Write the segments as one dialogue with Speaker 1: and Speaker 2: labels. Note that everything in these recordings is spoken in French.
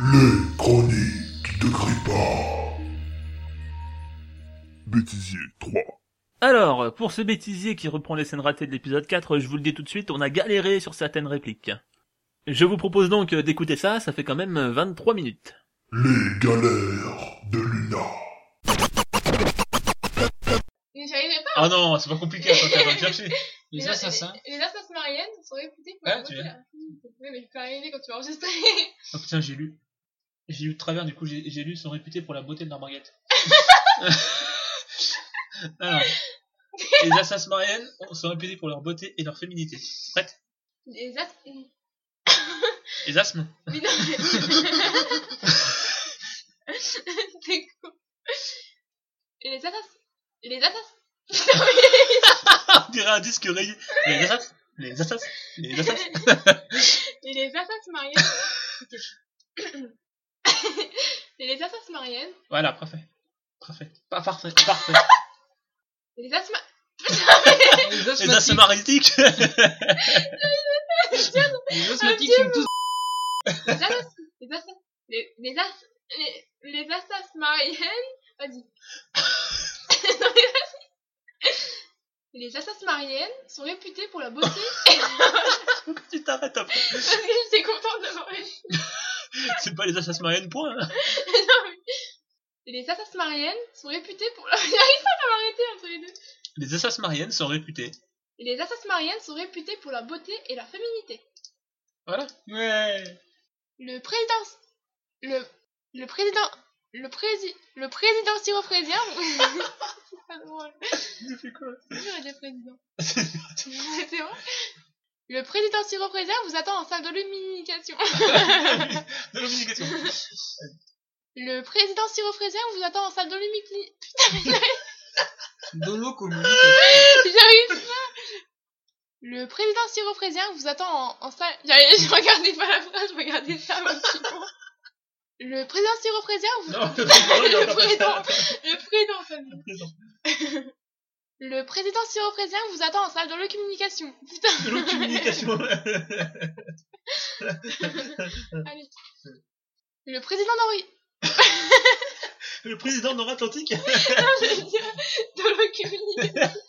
Speaker 1: Les chroniques de Grippa. Bêtisier 3.
Speaker 2: Alors, pour ce bêtisier qui reprend les scènes ratées de l'épisode 4, je vous le dis tout de suite, on a galéré sur certaines répliques. Je vous propose donc d'écouter ça, ça fait quand même 23 minutes.
Speaker 1: Les galères de Luna.
Speaker 3: Mais j'arrivais pas.
Speaker 4: Ah non, c'est pas compliqué, attends, t'as pas chercher. Les
Speaker 3: Les-
Speaker 4: assassins.
Speaker 3: Les Assassins sont réputés pour
Speaker 4: Ouais,
Speaker 3: leur
Speaker 4: tu
Speaker 3: beauté.
Speaker 4: viens.
Speaker 3: Oui, mais je peux arriver quand tu vas enregistrer.
Speaker 4: Oh putain, j'ai lu. J'ai lu de travers, du coup, j'ai j'ai lu sont réputés pour la beauté de Ah. leur baguette. Alors, Ah. les assassins mariennes sont réputés pour leur beauté et leur féminité. Prête
Speaker 3: Les Assassins.
Speaker 4: Les asthmes
Speaker 3: Mais non, mais- T'es con. Et les Assassins. Et les Assassins.
Speaker 4: On dirait un disque rayé. Les assassins Les assassins Les assassins
Speaker 3: Et les Assassins mariennes. Et les Assassins mariennes.
Speaker 4: Voilà, parfait. Parfait. Pas parfait, parfait.
Speaker 3: Et les Assassins.
Speaker 5: Les
Speaker 4: Les
Speaker 5: asthmatiques,
Speaker 4: asthmes aritiques
Speaker 5: les asthmatiques fument tous.
Speaker 3: Les Assassins. Les Assassins. Les, les, Ass- les, les Assassins mariennes. Vas-y. Non, mais vas-y. Et les Assassins mariennes sont réputés pour la beauté.
Speaker 4: Tu t'arrêtes après.
Speaker 3: Parce que j'étais contente d'avoir eu.
Speaker 4: C'est pas les assassins mariennes, point. hein.
Speaker 3: Non, mais- Et Les assassins mariennes sont réputées pour leur... J'arrive pas à m'arrêter entre les deux.
Speaker 4: Les assassins mariennes sont réputés.
Speaker 3: Et les assassins mariennes sont réputées pour leur beauté et leur féminité.
Speaker 4: Voilà. Ouais.
Speaker 3: Le président... Le... Le président... Le prési... Le président syrophrézien... C'est pas drôle.
Speaker 4: Tu fais quoi
Speaker 3: Toujours avec le président. C'est vrai Le président syrophrézien vous attend en salle de communication.
Speaker 4: De l'obligation.
Speaker 3: Le président syrophrézien vous attend en salle de lumicli-
Speaker 5: De l'eau comme
Speaker 3: J'arrive pas. Le président syrophrézien vous attend en, en salle. J'arrive- Je regardais pas la phrase, je regardais ça moi, petit con. Le président syrophrézien vous.
Speaker 4: Non, le
Speaker 3: le président.
Speaker 4: président.
Speaker 3: Le président, ça me dit.
Speaker 4: Le président.
Speaker 3: Le président syrophrézien vous attend en salle de communication. Putain.
Speaker 4: De l'autre communication.
Speaker 3: Allez. Le président d'Henri.
Speaker 4: Le président Nord-Atlantique.
Speaker 3: J'allais dire de l'occultisme.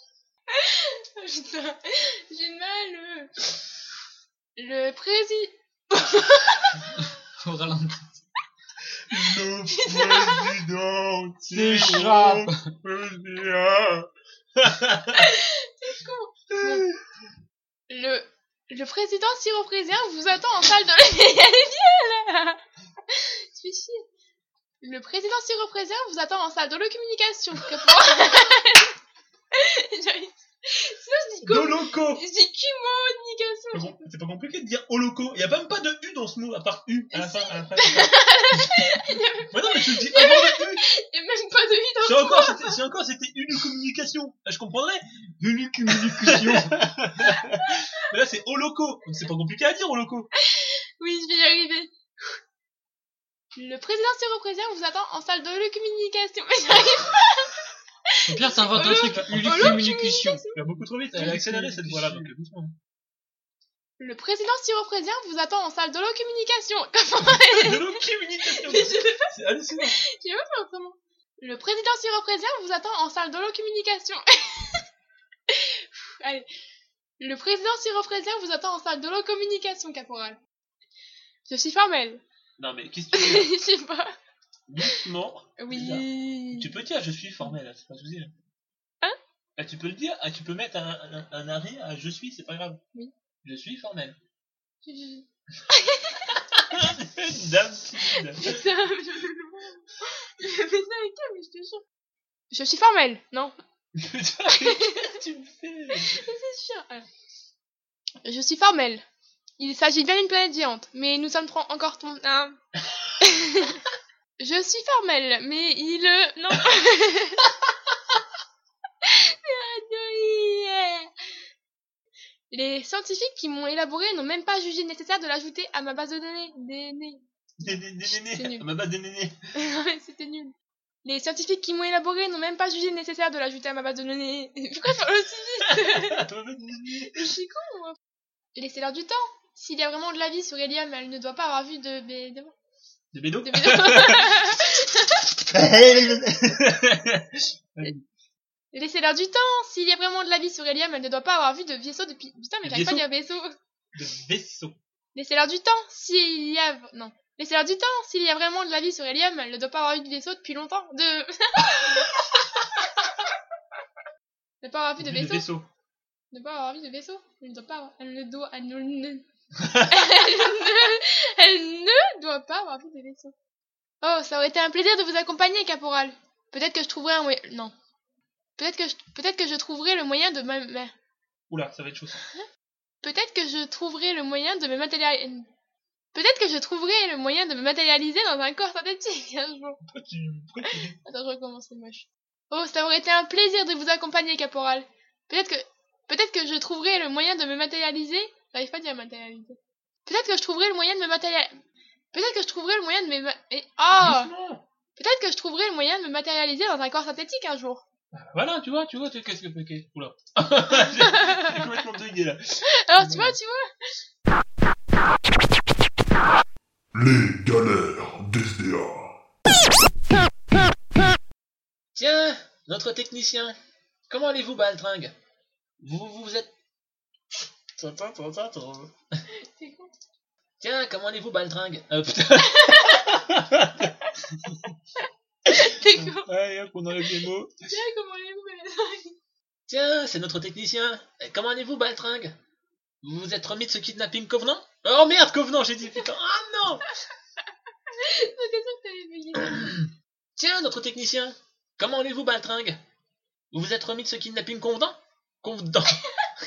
Speaker 3: Putain, j'ai mal. euh. Le président.
Speaker 5: Au ralenti.
Speaker 4: Le président.
Speaker 5: C'est grave.
Speaker 4: Président.
Speaker 3: Le, le président syrophrésien vous attend en salle de l'hôpital. Je suis chier. Le président syrophrésien vous attend en salle de communication. J'arrive. Sinon, je dis
Speaker 4: De
Speaker 3: com-
Speaker 4: loco.
Speaker 3: je dis communication.
Speaker 4: C'est pas compliqué de dire holoco. Il y a même pas de U dans ce mot, à part U à la fin. À la fin. mais non, mais tu le dis avant le U.
Speaker 3: Et même pas de
Speaker 4: Si
Speaker 3: vie
Speaker 4: encore c'était- Si encore c'était une communication, là, je comprendrais.
Speaker 5: De l'eau communication.
Speaker 4: Mais là, c'est holoco. Donc, C'est pas compliqué à dire
Speaker 3: Ah,
Speaker 4: holoco.
Speaker 3: Oui, je vais y arriver. Le président syrophrésien vous attend en salle de communication.
Speaker 5: Le pire, ça invente un truc. là.
Speaker 4: Au
Speaker 5: Une
Speaker 3: l'eau
Speaker 5: communication.
Speaker 4: Il va beaucoup trop
Speaker 3: Ah,
Speaker 4: vite. Elle a accéléré cette fois-là. Donc, doucement.
Speaker 3: Le président syrophrésien vous attend en salle de communication.
Speaker 4: De l'eau communication.
Speaker 3: Mais je-
Speaker 4: C'est hallucinant.
Speaker 3: Autrement. Le président syrophrésien vous attend en salle de communication. Allez. Le président syrophrésien vous attend en salle de communication, caporal. Je suis formelle.
Speaker 4: Non, mais qu'est-ce que tu veux dire
Speaker 3: Je sais pas.
Speaker 4: Doucement.
Speaker 3: Oui.
Speaker 4: Tu peux dire je suis formel, là, c'est pas un souci. Hein ah, Tu peux le dire, ah, tu peux mettre un, un, un arrêt à je suis, c'est pas grave.
Speaker 3: Oui.
Speaker 4: Je suis formel.
Speaker 3: Putain,
Speaker 4: Dame timide.
Speaker 3: je vais le ça avec elle, mais je te jure. Je suis formelle, non
Speaker 4: Putain, qu'est-ce que tu me fais
Speaker 3: C'est sûr. Alors. Je suis formelle. Il s'agit bien d'une planète géante, mais nous sommes tro- encore trop... hein. Je suis formelle, mais il... euh, Non. Arrête de rire. Les scientifiques qui m'ont élaboré n'ont même pas jugé nécessaire de l'ajouter à ma base de données. Des nez.
Speaker 4: Des- des- des
Speaker 3: C'est
Speaker 4: nénés,
Speaker 3: nul.
Speaker 4: ma base des nénés.
Speaker 3: Non, mais C'était nul. Les scientifiques qui m'ont élaboré n'ont même pas jugé nécessaire de l'ajouter à ma base de données. Pourquoi faire aussi
Speaker 4: Ah, ma base des nénés.
Speaker 3: Je suis con, moi. Laissez-leur du temps. S'il y a vraiment de la vie sur Eliam, elle ne doit pas avoir vu de. mais- de-
Speaker 4: Des bédos
Speaker 3: Des bédos. Laissez-leur du temps. S'il y a vraiment de la vie sur Helium, elle ne doit pas avoir vu de vaisseau depuis. Putain, mais j'arrive pas à dire vaisseau.
Speaker 4: de vaisseaux.
Speaker 3: Laissez-leur du temps. S'il y a. Non. Laissez-leur du temps. S'il y a vraiment de la vie sur Helium, elle ne doit pas avoir eu de vaisseau depuis longtemps. De. ne pas avoir vu de
Speaker 4: Plus
Speaker 3: vaisseau. Ne pas avoir vu de vaisseau. Elle ne doit pas avoir. Elle ne doit. Elle ne. elle ne- elle ne doit pas avoir vu de vaisseau. Oh, ça aurait été un plaisir de vous accompagner, caporal. Peut-être que je trouverai un moyen. Non. Peut-être que je... peut-être que je trouverai le moyen de ma- ma-
Speaker 4: Oula, ça va être chaud. ça.
Speaker 3: Peut-être que je trouverai le moyen de me matérialiser. Peut-être que je trouverai le moyen de me matérialiser dans un corps synthétique un jour.
Speaker 4: Pourquoi tu. Pourquoi tu dis
Speaker 3: Attends, je recommence, c'est moche. Oh, ça aurait été un plaisir de vous accompagner, caporal. Peut-être que, peut-être que je trouverai le moyen de me matérialiser. J'arrive pas à dire matérialiser. Peut-être que je trouverai le moyen de me matérialiser. Peut-être que je trouverai le moyen de me. ma- Mais- Oh
Speaker 4: Doucement.
Speaker 3: Peut-être que je trouverai le moyen de me matérialiser dans un corps synthétique un jour.
Speaker 4: Voilà, tu vois, tu vois, tu qu'est-ce que. qu'est- Oula. J'ai complètement bugué là.
Speaker 3: Alors, tu vois, tu vois.
Speaker 1: Les galères d'SDA.
Speaker 4: Tiens, notre technicien. Comment allez-vous, Baltringue Vous vous êtes. Tintin, tintin, tintin.
Speaker 3: C'est con.
Speaker 4: Tiens, comment allez-vous, Baltringue Euh, putain.
Speaker 3: C'est con.
Speaker 4: Ouais, hop, on enlève les mots.
Speaker 3: Tiens, comment elle est mauvaise.
Speaker 4: Tiens, c'est notre technicien. Euh, Comment allez-vous, Baltringue Vous vous êtes remis de ce kidnapping Covenant Oh merde, Covenant, j'ai dit putain. Ah non
Speaker 3: J'étais sûre que t'avais bugué.
Speaker 4: Tiens, notre technicien. Comment allez-vous, Baltringue Vous vous êtes remis de ce kidnapping Covenant Convenant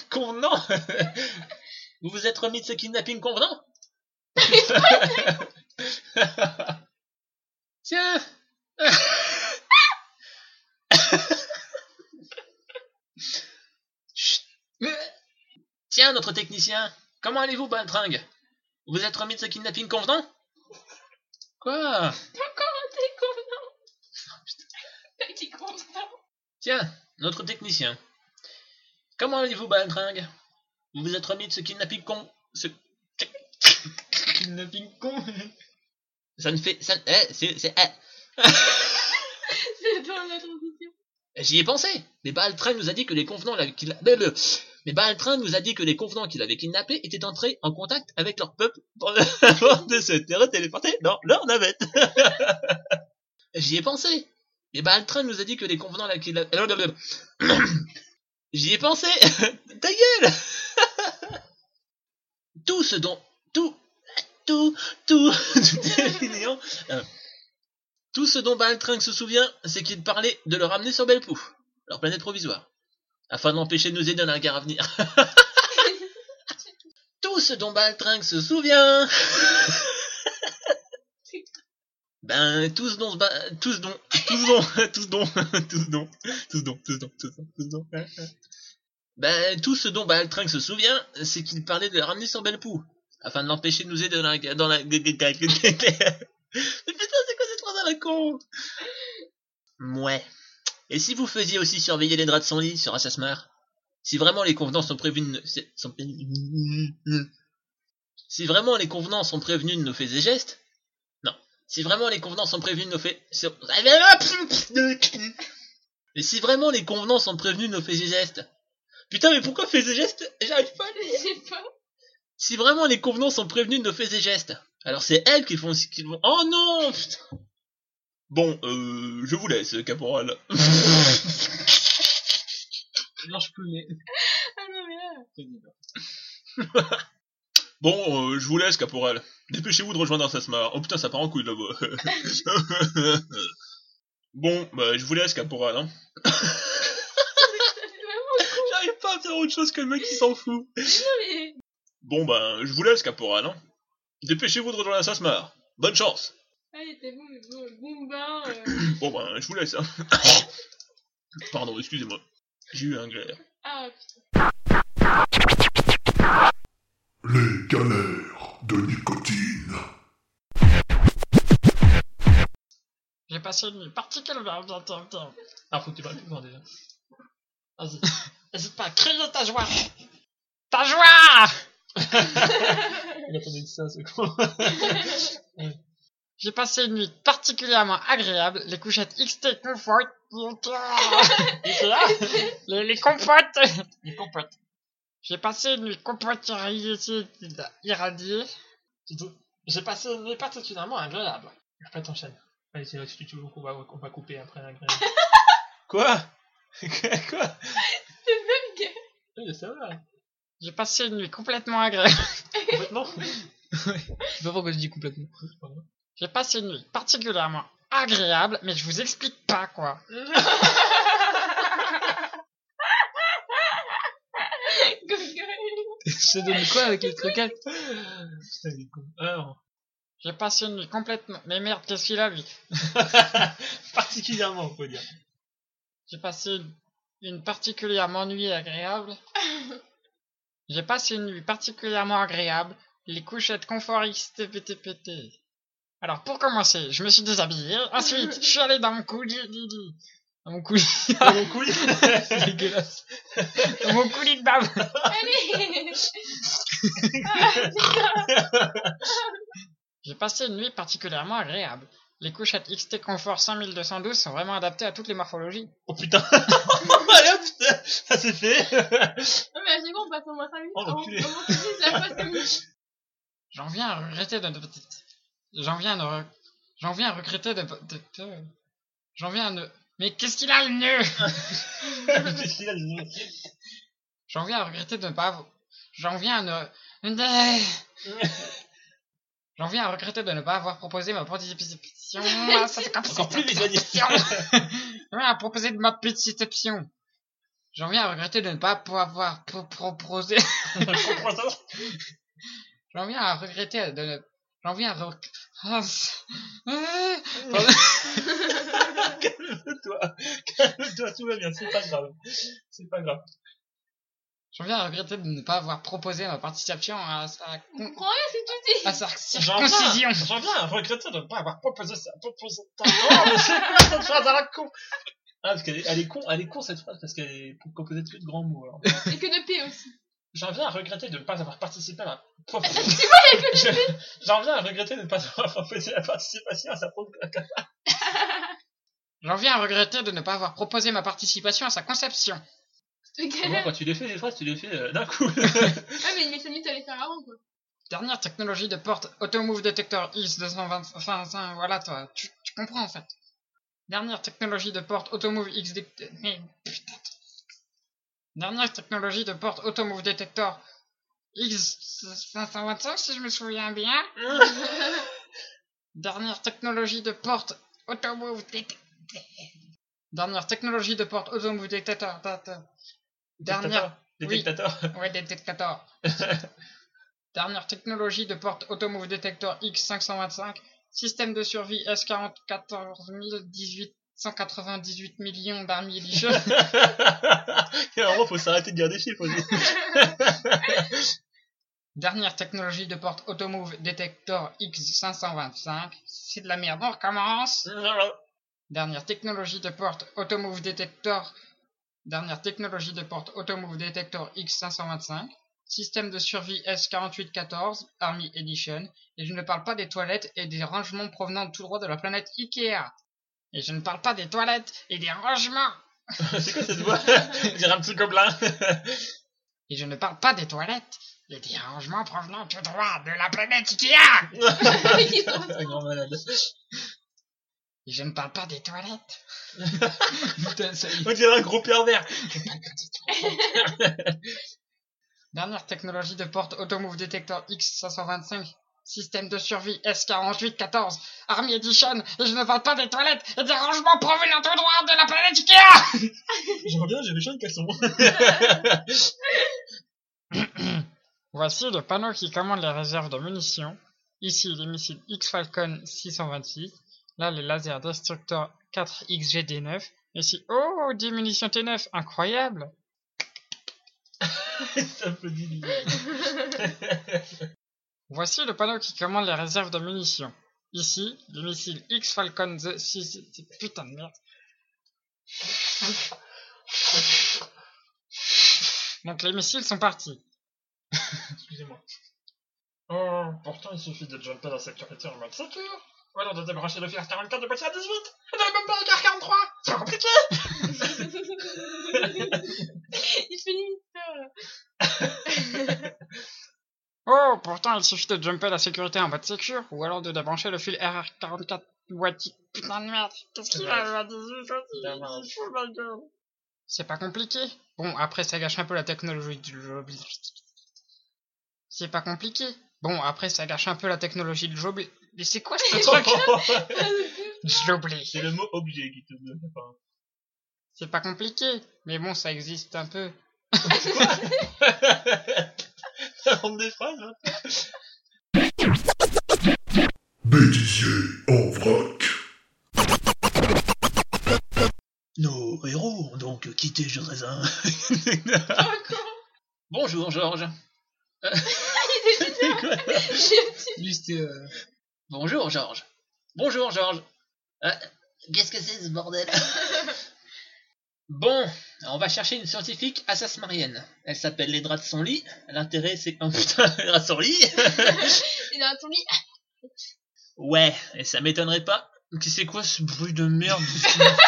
Speaker 4: Convenant Vous vous êtes remis de ce kidnapping Covenant Tiens Chut. Tiens, notre technicien, comment allez-vous, Baltringue Vous vous êtes remis de ce kidnapping convenant Quoi
Speaker 3: T'es content T'as dit content
Speaker 4: Tiens, notre technicien. Comment allez-vous, Baltringue Vous vous êtes remis de ce kidnapping con. Ce. kidnapping con Ça ne fait. Ça... Eh, c'est. c'est-
Speaker 3: C'est dans la transition.
Speaker 4: eh. J'y ai pensé Mais Baltringue nous a dit que les convenants. l'avaient kidna- le- le- Mais Baltringue nous a dit que les convenants qu'il avait kidnappés étaient entrés en contact avec leur peuple pour avant de se téléporter dans leur navette J'y ai pensé Mais Baltringue nous a dit que les convenants là, qu'il a- eh, J'y ai pensé Ta gueule Tout ce dont... Tout... Tout... Tout... tout est fainéant. Euh, Tout ce dont Baltringue se souvient, c'est qu'il parlait de le ramener sur Belpou, leur planète provisoire, afin d'empêcher de nous aider dans la guerre à venir. Tout ce dont Baltringue se souvient... Ben, tous dont, ba- tous dont, tous dont, tous dont, tous dont, tous dont, tous dont, tous dont, tous dont. hein, Ben, tout ce dont Baltringue se souvient, c'est qu'il parlait de le ramener sur Belpou, afin de l'empêcher de nous aider dans la... Dans la... Mais putain, c'est quoi cette phrase à la con Mouais. Et si vous faisiez aussi surveiller les draps de son lit sur Assasmar Si vraiment les convenants sont prévenus... de- c'est- sont prévenus- Si vraiment les convenants sont prévenus de nos faits et gestes, si vraiment les convenants sont prévenus de nos faits... sur- Mais si vraiment les convenants sont prévenus de nos faits et gestes... Putain, mais pourquoi faits et gestes J'arrive pas à lire.
Speaker 3: Je sais pas.
Speaker 4: Si vraiment les convenants sont prévenus de nos faits et gestes, alors c'est elles qui font... Qui vont... Oh non putain. Bon, euh, je vous laisse, caporal.
Speaker 5: Je mange plus, mais.
Speaker 3: Ah non, mais là.
Speaker 4: Bon, euh, je vous laisse, caporal. Dépêchez-vous de rejoindre Assasmar. Oh putain, ça part en couille là-bas. bon, bah, je vous laisse, caporal. Hein.
Speaker 3: Vraiment,
Speaker 4: J'arrive pas à faire autre chose que le mec qui s'en fout.
Speaker 3: mais.
Speaker 4: Bon ben, je vous laisse, caporal. Hein. Dépêchez-vous de rejoindre la Sasmar. Bonne chance.
Speaker 3: Allez, t'es bon, mais bon, bon bain. euh.
Speaker 4: Bon ben, je vous laisse. hein. Pardon, excusez-moi. J'ai eu un glaire.
Speaker 3: Ah putain.
Speaker 1: Les galères de nicotine.
Speaker 5: J'ai passé une nuit particulièrement bien tentante.
Speaker 4: Ah, faut que tu parles plus fort déjà.
Speaker 5: Vas-y. N'hésite pas, crie de ta joie. Ta joie
Speaker 4: Il attendait que ça, ce con.
Speaker 5: J'ai passé une nuit particulièrement agréable. Les couchettes XT Comfort. les, les compotes. Les compotes. J'ai passé une nuit compote irradiée. irradiée. J'ai passé une nuit particulièrement agréable.
Speaker 6: Après, t'enchaînes. Allez, c'est là que tu tu veux qu'on va, qu'on va couper après l'agréable.
Speaker 4: Quoi Quoi
Speaker 3: C'est dingue.
Speaker 6: Oui, ça va.
Speaker 5: J'ai passé une nuit complètement agréable.
Speaker 6: Complètement.
Speaker 4: Je sais pas pourquoi je dis complètement.
Speaker 5: J'ai passé une nuit particulièrement agréable, mais je vous explique pas quoi.
Speaker 3: Google.
Speaker 4: Je te donne quoi avec les croquettes
Speaker 6: Putain, il est con. Ah, Alors,
Speaker 5: J'ai passé une nuit complètement. Mais merde, qu'est-ce qu'il a lui
Speaker 6: particulièrement, on peut dire.
Speaker 5: J'ai passé une- une particulièrement nuit agréable. J'ai passé une nuit particulièrement agréable. Les couchettes confort XTPTPT. Alors pour commencer, je me suis déshabillé. Ensuite, je suis allé dans mon coulis. Dans mon coulis.
Speaker 6: Dans mon couille
Speaker 5: C'est dégueulasse. Dans mon coulis de bave.
Speaker 3: Allez.
Speaker 5: J'ai passé une nuit particulièrement agréable. Les couchettes XT Comfort 5212 sont vraiment adaptées à toutes les morphologies.
Speaker 6: Oh putain
Speaker 4: bah,
Speaker 6: Allez, hop, putain, Ça c'est fait
Speaker 3: Non mais à chaque fois on passe au moins 5 minutes.
Speaker 6: Oh,
Speaker 3: on-
Speaker 6: l'enculé.
Speaker 3: on utilise la fois de
Speaker 5: J'en viens à regretter de ne peut-être- J'en viens à ne... re- J'en viens à regretter de... de- de- J'en viens à ne... Mais qu'est-ce qu'il a le nœud J'en viens à regretter de ne pas... avou- J'en viens à ne... Ne- J'en viens à regretter de ne pas avoir proposé ma participation à cette
Speaker 6: Encore plus
Speaker 5: compétition. J'en viens à proposer de ma participation. J'en viens à regretter de ne pas pouvoir avoir pro- proposé... J'en viens à regretter de ne... J'en viens à... rec- Ah, c'est- Ah.
Speaker 6: Calme-toi Calme-toi, tout va bien, c'est pas grave. C'est pas grave.
Speaker 5: J'en viens à regretter de ne pas avoir proposé ma participation à sa,
Speaker 3: On prend rien si tu dis.
Speaker 4: Ah,
Speaker 5: à sa
Speaker 6: J'en viens,
Speaker 5: circoncision.
Speaker 6: j'en viens à regretter de ne pas avoir proposé ça. Proposé ça. Oh, mais c'est quoi cette phrase à la con Ah, parce qu'elle est, elle est con, elle est con cette phrase, parce qu'elle est composée que de grands mots. alors.
Speaker 3: Et que de P aussi.
Speaker 6: J'en viens à regretter de ne pas avoir participé à la prof- Je- J'en viens à regretter de ne pas avoir proposé la participation à sa prof-
Speaker 5: J'en viens à regretter de ne pas avoir proposé ma participation à sa conception.
Speaker 3: Le
Speaker 6: Comment,
Speaker 3: galère.
Speaker 6: quand tu les fais, les phrases, tu les fais euh, d'un coup.
Speaker 3: Ah mais il met 5 minutes à les faire avant quoi.
Speaker 5: Dernière technologie de porte Automove Detector IS 225, enfin, enfin, voilà toi, tu, tu comprends en fait. Dernière technologie de porte Automove X Detector. Dernière technologie de porte Automove Detector X 525 si je me souviens bien. Dernière technologie de porte Automove Detector. Dernière technologie de porte Automove Detector. Dernière.
Speaker 6: Les
Speaker 5: Oui.
Speaker 6: dictateurs.
Speaker 5: Ouais, détecteur. Dernière technologie de porte Automove Detector X525, système de survie S44 018 198 millions d'un million.
Speaker 6: Et vraiment, faut s'arrêter de dire des chiffres aussi.
Speaker 5: Dernière technologie de porte Automove Detector X525, c'est de la merde, on
Speaker 4: Mm.
Speaker 5: recommence. Dernière technologie de porte Automove Detector. Dernière technologie de porte Automove Detector X525. Système de survie S4814 Army Edition. Et je ne parle pas des toilettes et des rangements provenant tout droit de la planète Ikea. Et je ne parle pas des toilettes et des rangements.
Speaker 6: C'est quoi cette voix On dirait un petit gobelin.
Speaker 5: Et je ne parle pas des toilettes et des rangements provenant tout droit de la planète Ikea.
Speaker 6: Un grand malade.
Speaker 5: Et je ne parle pas des toilettes.
Speaker 4: Putain, ça y est.
Speaker 6: On dirait un gros pervers.
Speaker 5: Dernière technologie de porte Automove Detector X525. Système de survie S4814. Army Edition. Et je ne parle pas des toilettes et des rangements provenant tout droit de la planète Ikea.
Speaker 6: Je reviens, j'ai méchant de caleçon.
Speaker 5: Voici le panneau qui commande les réserves de munitions. Ici, les missiles X-Falcon 626. Là, les lasers Destructor 4XGD9. Ici, oh, 10 munitions T9. Incroyable.
Speaker 6: C'est un peu délire.
Speaker 5: Voici le panneau qui commande les réserves de munitions. Ici, les missiles X-Falcon 6... Putain de merde. Donc les missiles sont partis.
Speaker 6: Euh, Excusez-moi. Oh, pourtant, il suffit d'être jeune pas dans cette sécurité en mode ceinture Ouais, on doit débrancher le fil R44 de passer à 18 Et dans même pas le R43 C'est pas compliqué
Speaker 3: Il fait limite peur, là.
Speaker 5: Oh, pourtant, il suffit de jumper la sécurité en mode sécure, ou alors de débrancher le fil RR44 Wati. Putain de merde, qu'est-ce qu'il a, là, 18 ans, il est- il est fou, ma gueule. C'est pas compliqué. Bon, après, ça gâche un peu la technologie du jeu. C'est pas compliqué. Bon, après, ça gâche un peu la technologie du jeu. Mais c'est quoi ce truc
Speaker 4: Ah,
Speaker 5: Jobli.
Speaker 6: C'est le mot objet qui te donne pas.
Speaker 5: C'est pas compliqué, mais bon, ça existe un peu.
Speaker 6: On des phrases, hein
Speaker 1: Bêtisier en vrac.
Speaker 4: Nos héros ont donc quitté Jurasin. Bonjour Georges.
Speaker 3: Il est
Speaker 4: C'est quoi
Speaker 3: J'ai dit-
Speaker 4: Lui, c'était, euh, Bonjour Georges. Bonjour Georges. Euh, Qu'est-ce que c'est ce bordel Bon, on va chercher une scientifique assasmarienne. Elle s'appelle les draps de son lit. L'intérêt c'est... Oh putain, les draps de son lit
Speaker 3: Il a un ton lit. Ah,
Speaker 4: Ouais, et ça m'étonnerait pas. Qui c'est quoi ce bruit de merde
Speaker 3: Je me en fait,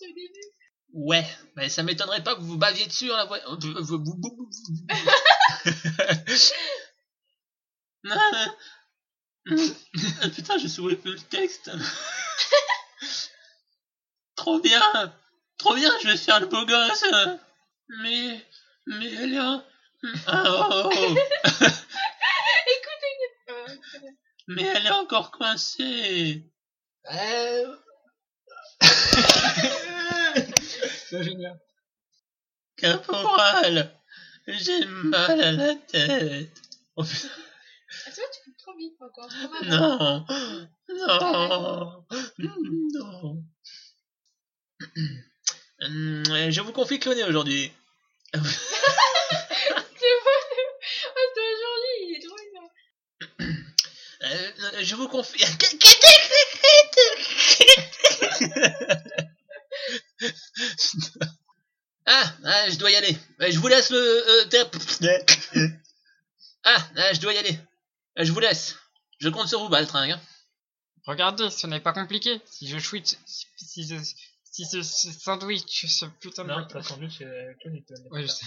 Speaker 3: je l'ai vu.
Speaker 4: Ouais, mais ça m'étonnerait pas que vous vous baviez dessus en la voie- vous- vous- vous- vous- vous- Ah, Putain, j'ai sauvé plus le texte. Trop bien, trop bien, je vais faire le beau gosse. Mais, mais elle est un- Ah, oh.
Speaker 3: Euh,
Speaker 4: mais elle est encore coincée.
Speaker 6: Euh... C'est génial.
Speaker 4: Caporal, j'ai mal à la tête. Oh putain.
Speaker 3: Ah, tu vois, tu coupes trop vite, encore.
Speaker 4: Non, non, non. Hum, Je vous confie que le nez aujourd'hui.
Speaker 3: Ah, C'est bon. Oh, c'est joli, il est drôle, là.
Speaker 4: Euh, Je vous confie. Ah, ah, je dois y aller. Euh, Je vous laisse le. euh, ter- Ah, ah, je dois y aller. Euh, Je vous laisse. Je compte sur vous, Baltringue. hein.
Speaker 5: Regardez, ce n'est pas compliqué. Si je chouite, si, si, si ce ce sandwich, ce putain de...
Speaker 6: Non, t'as entendu, c'est Clinton.
Speaker 5: Ouais, je sais.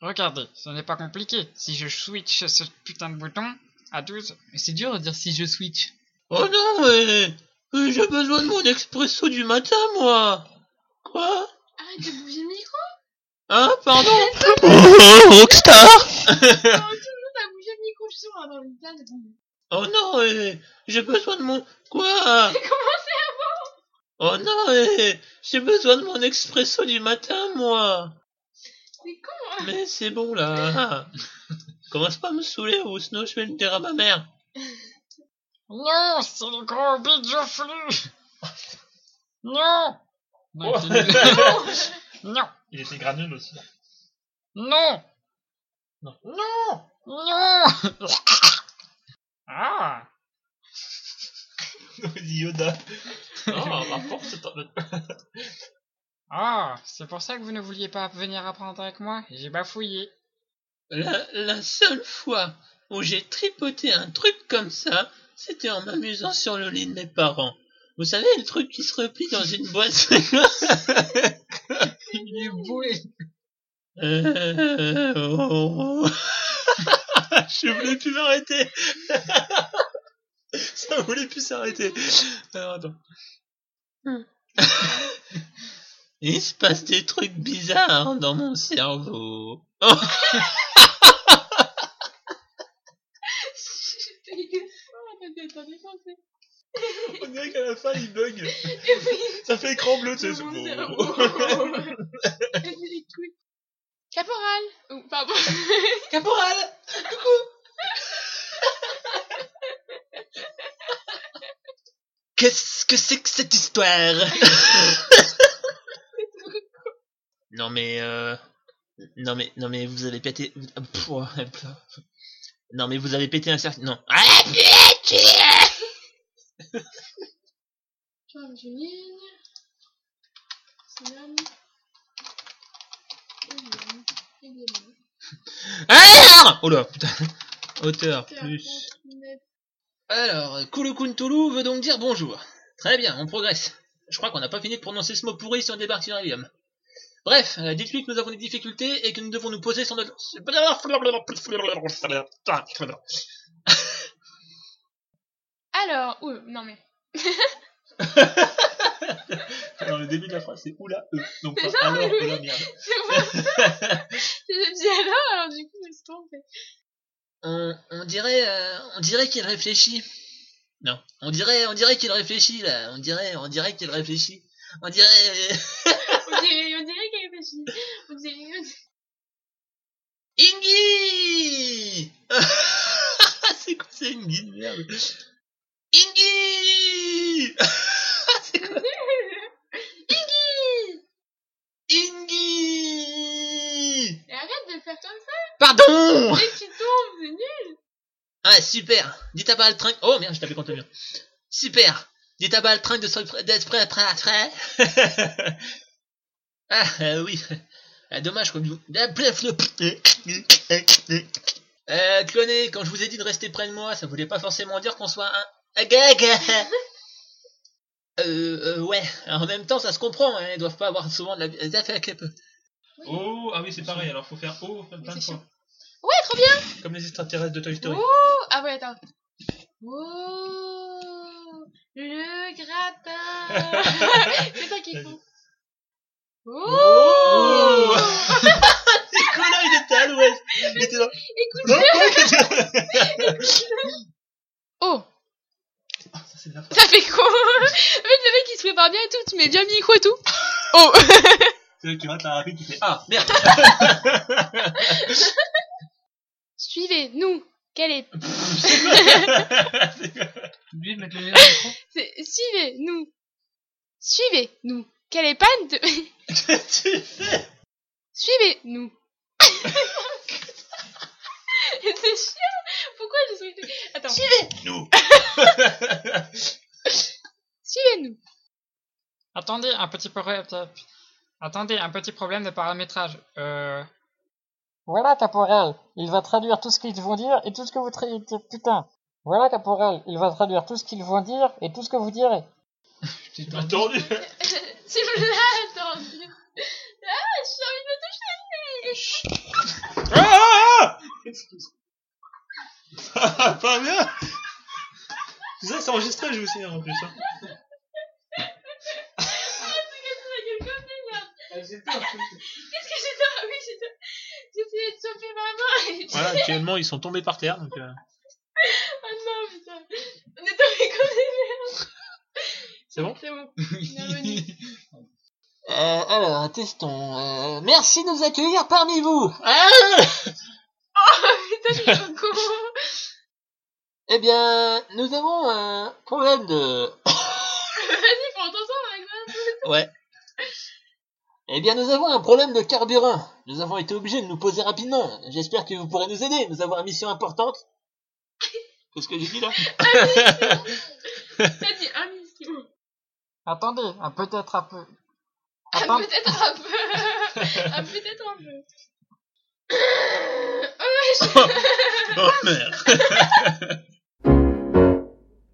Speaker 5: Regardez, ce n'est pas compliqué. Si je switch ce putain de bouton à 12, mais c'est dur de dire si je switch.
Speaker 4: Oh non, mais, mais j'ai besoin de mon expresso du matin, moi. Quoi
Speaker 3: Arrête de bouger le micro.
Speaker 4: Hein, pardon Oh, Rockstar
Speaker 3: Non, tout le monde a bougé le micro, je suis sûre, hein, dans le tas. Comment
Speaker 4: Oh non, mais, j'ai besoin de mon... Quoi
Speaker 3: c'est
Speaker 4: Oh non, mais, j'ai besoin de mon expresso du matin, moi.
Speaker 3: C'est con, hein.
Speaker 4: Mais c'est bon, là. Commence pas à me saouler, ou sinon je vais le dire à ma mère.
Speaker 5: Non, c'est le gros bidjo flux Non Non,
Speaker 6: Oh.
Speaker 5: c'est nul. non
Speaker 6: Il était granule aussi.
Speaker 5: Non
Speaker 6: Non.
Speaker 5: Non Non Ah
Speaker 6: Yoda.
Speaker 4: Oh,
Speaker 6: Non, par contre, c'est un autre.
Speaker 5: Ah C'est pour ça que vous ne vouliez pas venir apprendre avec moi J'ai bafouillé.
Speaker 4: La, la seule fois où j'ai tripoté un truc comme ça, c'était en m'amusant sur le lit de mes parents. Vous savez, le truc qui se replie dans une boîte.
Speaker 5: Il est boué
Speaker 4: Euh, oh. Je voulais plus m'arrêter. Ça voulait plus s'arrêter. Alors, attends.
Speaker 6: Hmm.
Speaker 4: Il se passe des trucs bizarres dans mon cerveau.
Speaker 3: J'étais dégoûtée, attendez, attendez, attendez.
Speaker 6: On dirait qu'à la fin, il bug.
Speaker 3: Et oui,
Speaker 6: Ça fait écran bleu, tu sais.
Speaker 3: c'est
Speaker 6: c'est-
Speaker 3: mon cerveau. Elle est cool. Caporal Oh, Pardon.
Speaker 4: Caporal Coucou Qu'est-ce que c'est que cette histoire Non mais euh... Non mais non mais vous avez pété Pff, ouais, pff. Non mais vous avez pété un certain non Ah, putain
Speaker 3: Charles Juline. Simone. Émilie. Émilie.
Speaker 4: Ah, Oh là putain hauteur
Speaker 3: Hauteur,
Speaker 4: plus
Speaker 3: neuf,
Speaker 7: Alors, Kulukuntulu veut donc dire bonjour. Très bien, on progresse. Je crois qu'on n'a pas fini de prononcer ce mot pourri si on débarque sur Helium. Bref, euh, dites-lui que nous avons des difficultés et que nous devons nous poser sur notre...
Speaker 3: Alors, ouh, non mais.
Speaker 4: Alors, le début de la phrase, c'est oula,
Speaker 6: euh.
Speaker 4: eux. Donc,
Speaker 3: C'est
Speaker 4: pas
Speaker 3: ça,
Speaker 4: alors,
Speaker 3: oui,
Speaker 4: oula, merde.
Speaker 3: C'est pour ça. J'ai dit alors, alors du coup, je me suis trompée.
Speaker 7: On, on dirait, euh, on dirait qu'il réfléchit. Non, on dirait, on dirait qu'il réfléchit là. On dirait, on dirait qu'il réfléchit. On
Speaker 4: euh,
Speaker 7: dirait.
Speaker 3: On dirait, on dirait qu'elle est fâchée. On dirait, on dirait.
Speaker 7: Ingi C'est quoi c'est Ingi de merde Ingi C'est quoi Ingi
Speaker 3: Et arrête de faire comme ça.
Speaker 7: Pardon
Speaker 3: Dès que tu tombes, c'est nul.
Speaker 7: Ah super Dites à Baltringue... Oh merde, je tapais contre le mur. Super Dites à Baltringue de se- d'être prêt à prêt prêt. Ah euh, oui. Ah, dommage comme vous... Ah, bref, le- eh, Euh, cloné, quand je vous ai dit de rester près de moi, ça voulait pas forcément dire qu'on soit un... Ah, ga, ga. Euh, euh, ouais, en même temps ça se comprend, hein, ils doivent pas avoir souvent de la... des affaires avec les peu.
Speaker 4: Oh, ah oui, c'est pareil. Alors, faut faire oh plein plein de
Speaker 3: C'est
Speaker 4: fois.
Speaker 3: Ouais, trop bien.
Speaker 4: Comme les extraterrestres de Toy Story.
Speaker 3: Oh, ah ouais, attends. Oh, le gratin. c'est toi qui
Speaker 4: Vas-y.
Speaker 3: font.
Speaker 4: Oh
Speaker 3: Oh.
Speaker 7: Nicolas, il était à l'ouest Il était là.
Speaker 3: Écoute. Oh,
Speaker 4: Ah, Ça, c'est de la phrase.
Speaker 3: ça fait quoi En fait, le mec il se prépare bien et tout, tu mets bien le micro et tout. Oh.
Speaker 4: C'est là que tu rates la rapide, tu fais Ah, merde.
Speaker 3: Suivez-nous. Quelle est
Speaker 5: J'ai oublié de mettre le nez dans le micro.
Speaker 3: C'est- Suivez-nous. Suivez-nous. Quelle est panne de...
Speaker 4: Tu fais-
Speaker 3: Suivez-nous. C'est chiant. Pourquoi je suis... Attends.
Speaker 4: Nous.
Speaker 3: Suivez-nous.
Speaker 5: Attendez, un petit problème. Attendez, un petit problème de paramétrage. Euh... Voilà, caporal. Il va traduire tout ce qu'ils vont dire et tout ce que vous tra- Putain. Voilà, caporal. Il va traduire tout ce qu'ils vont dire et tout ce que vous direz.
Speaker 4: J'ai pas entendu.
Speaker 3: C'est là, attends. Ah, j'ai envie de me
Speaker 4: Ah, ah, ah Ah, Pas bien. Tout ça, c'est enregistré, je vous signale en plus. hein.
Speaker 3: toucher la gueule comme des merdes.
Speaker 4: Ah,
Speaker 3: Qu'est-ce que j'ai fait Ah Oui, j'ai J'essayais de chauffer ma main. et-
Speaker 4: Voilà, actuellement, ils sont tombés par terre. Donc, euh,
Speaker 3: Ah non, putain. On est tombés comme des merdes.
Speaker 4: C'est bon
Speaker 3: C'est bon. On est revenu.
Speaker 7: Euh, alors, testons. Euh, merci de nous accueillir parmi vous. Ah
Speaker 3: Ah, putain, j'ai trop con.
Speaker 7: eh bien, nous avons un problème de...
Speaker 3: Vas-y, prends ton sang, Max.
Speaker 7: Eh bien, nous avons un problème de carburant. Nous avons été obligés de nous poser rapidement. J'espère que vous pourrez nous aider. Nous avons une mission importante. Qu'est-ce que j'ai dit là
Speaker 3: T'as dit un million.
Speaker 5: Attendez, un peut-être un peu.
Speaker 3: Ah,
Speaker 5: Attends.
Speaker 3: peut-être un peu. ah, peut-être un peu.
Speaker 7: Oh merde